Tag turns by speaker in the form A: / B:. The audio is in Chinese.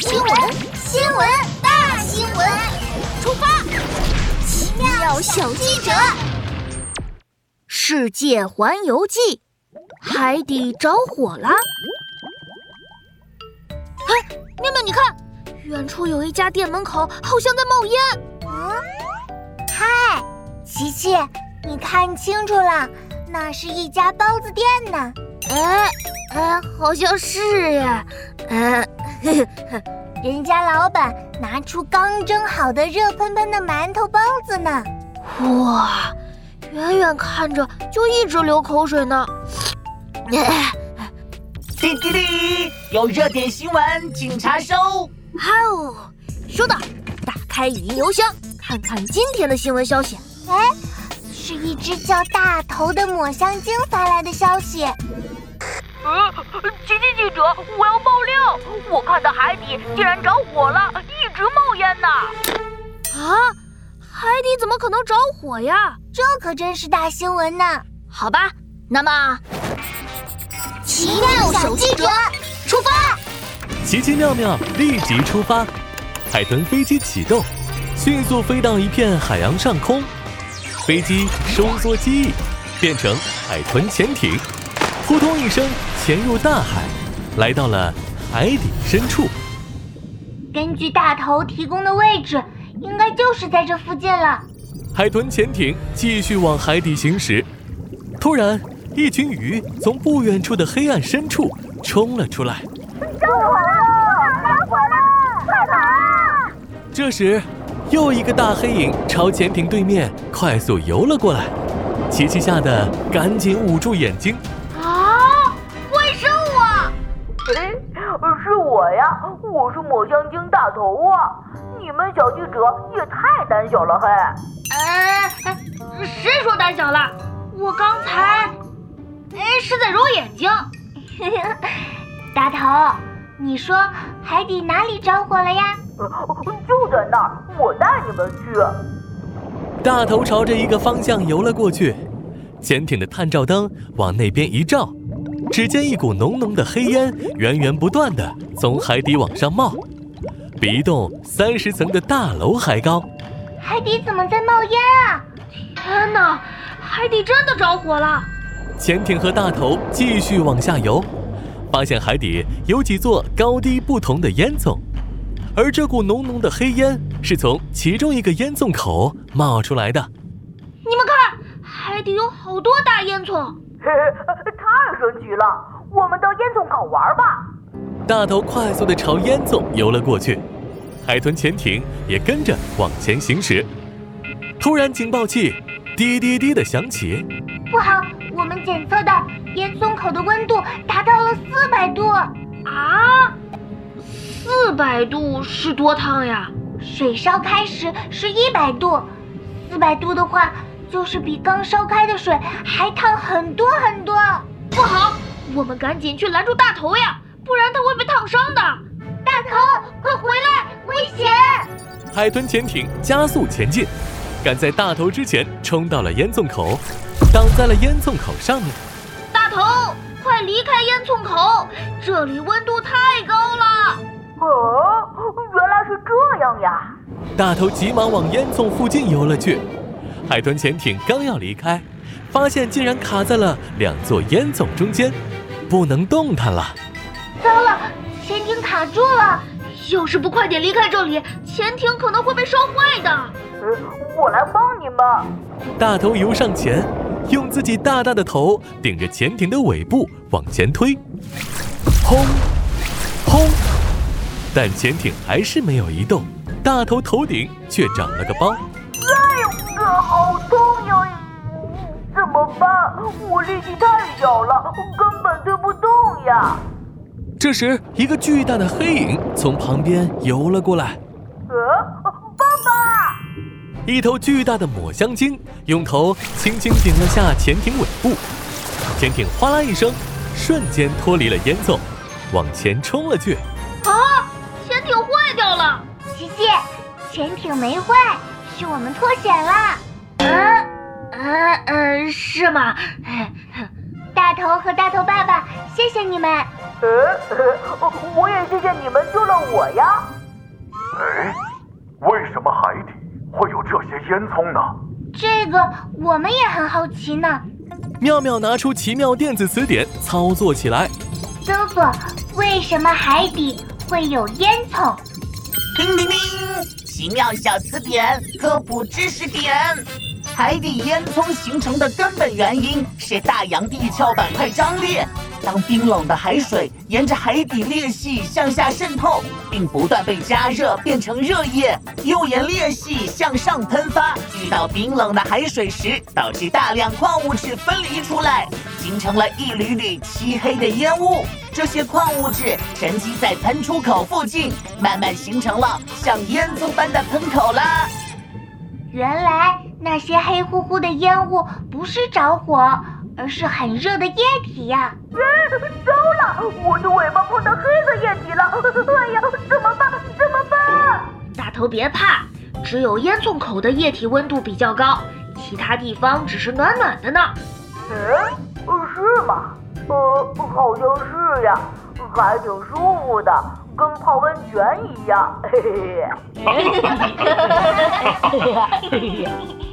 A: 新闻，新闻，大新闻！出发！奇妙小记者，《世界环游记》，海底着火了！哎，面面，你看，远处有一家店门口好像在冒烟。哦
B: 嗨，琪琪，你看清楚了，那是一家包子店呢。
A: 哎，哎，好像是呀。哎，
B: 人家老板拿出刚蒸好的热喷喷的馒头包子呢。
A: 哇，远远看着就一直流口水 呢。哎
C: 滴滴滴，有热点新闻，请查收。
A: 哈哦，收到。打开语音邮箱，看看今天的新闻消息。
B: 哎，是一只叫大头的抹香鲸发来的消息。
D: 呃，奇奇记者，我要爆料！我看到海底竟然着火了，一直冒烟呢。
A: 啊，海底怎么可能着火呀？
B: 这可真是大新闻呢！
A: 好吧，那么
B: 奇妙小记者，
A: 出发。
E: 奇奇妙妙立即出发，海豚飞机启动，迅速飞到一片海洋上空。飞机收缩机翼，变成海豚潜艇，扑通一声潜入大海，来到了海底深处。
B: 根据大头提供的位置，应该就是在这附近了。
E: 海豚潜艇继续往海底行驶，突然，一群鱼从不远处的黑暗深处冲了出来。这时，又一个大黑影朝潜艇对面快速游了过来，琪琪吓得赶紧捂住眼睛。
D: 啊，怪兽啊！哎，是我呀，我是抹香鲸大头啊！你们小记者也太胆小了，嘿！
A: 哎哎，谁说胆小了？我刚才，哎，是在揉眼睛。
B: 大头，你说海底哪里着火了呀？
D: 呃就在那儿，我带你们去。
E: 大头朝着一个方向游了过去，潜艇的探照灯往那边一照，只见一股浓浓的黑烟源源不断的从海底往上冒，比一栋三十层的大楼还高。
B: 海底怎么在冒烟啊？
A: 天哪，海底真的着火了！
E: 潜艇和大头继续往下游，发现海底有几座高低不同的烟囱，而这股浓浓的黑烟是从其中一个烟囱口冒出来的。
A: 你们看，海底有好多大烟囱。
D: 嘿嘿，太神奇了！我们到烟囱口玩吧。
E: 大头快速地朝烟囱游了过去，海豚潜艇也跟着往前行驶。突然，警报器滴滴滴地响起，
B: 不好，我们检测到烟囱口的温度达到了四百度，
A: 啊，四百度是多烫呀！
B: 水烧开时是一百度，四百度的话就是比刚烧开的水还烫很多很多。
A: 不好，我们赶紧去拦住大头呀，不然他会被烫伤的。
B: 大头，快回来，危险！
E: 海豚潜艇加速前进，赶在大头之前冲到了烟囱口，挡在了烟囱口上面。
A: 大头，快离开烟囱口，这里温度太高了。
D: 哦，原来是这样呀！
E: 大头急忙往烟囱附近游了去。海豚潜艇刚要离开，发现竟然卡在了两座烟囱中间，不能动弹了。
B: 糟了，潜艇卡住了。
A: 要是不快点离开这里，潜艇可能会被烧坏的。
D: 呃我来帮你们。
E: 大头游上前，用自己大大的头顶着潜艇的尾部往前推，轰，轰！但潜艇还是没有移动，大头头顶却长了个包。
D: 这哎好痛呀！怎么办？我力气太小了，根本推不动呀。
E: 这时，一个巨大的黑影从旁边游了过来，
D: 呃，爸爸，
E: 一头巨大的抹香鲸用头轻轻顶了下潜艇尾部，潜艇哗啦一声，瞬间脱离了烟囱，往前冲了去。
A: 啊，潜艇坏掉了！
B: 琪琪，潜艇没坏，是我们脱险了。
A: 呃呃，是吗？哎，
B: 大头和大头爸爸，谢谢你们。
D: 呃，呃我也谢谢你们救了看我呀！
F: 哎，为什么海底会有这些烟囱呢？
B: 这个我们也很好奇呢。
E: 妙妙拿出奇妙电子词典，操作起来。
B: 搜索为什么海底会有烟囱？
C: 叮叮叮！奇妙小词典科普知识点：海底烟囱形成的根本原因是大洋地壳板块张裂。当冰冷的海水沿着海底裂隙向下渗透，并不断被加热变成热液，又沿裂隙向上喷发，遇到冰冷的海水时，导致大量矿物质分离出来，形成了一缕缕漆黑的烟雾。这些矿物质沉积在喷出口附近，慢慢形成了像烟囱般的喷口啦。
B: 原来那些黑乎乎的烟雾不是着火，而是很热的液体呀、
D: 呃糟了，我的尾巴碰到黑色液体了！哎呀，怎么办？怎么办？
G: 大头别怕，只有烟囱口的液体温度比较高，其他地方只是暖暖的呢。
D: 嗯，是吗？呃，好像是呀，还挺舒服的，跟泡温泉一样。嘿嘿嘿。
F: 哈哈哈哈哈！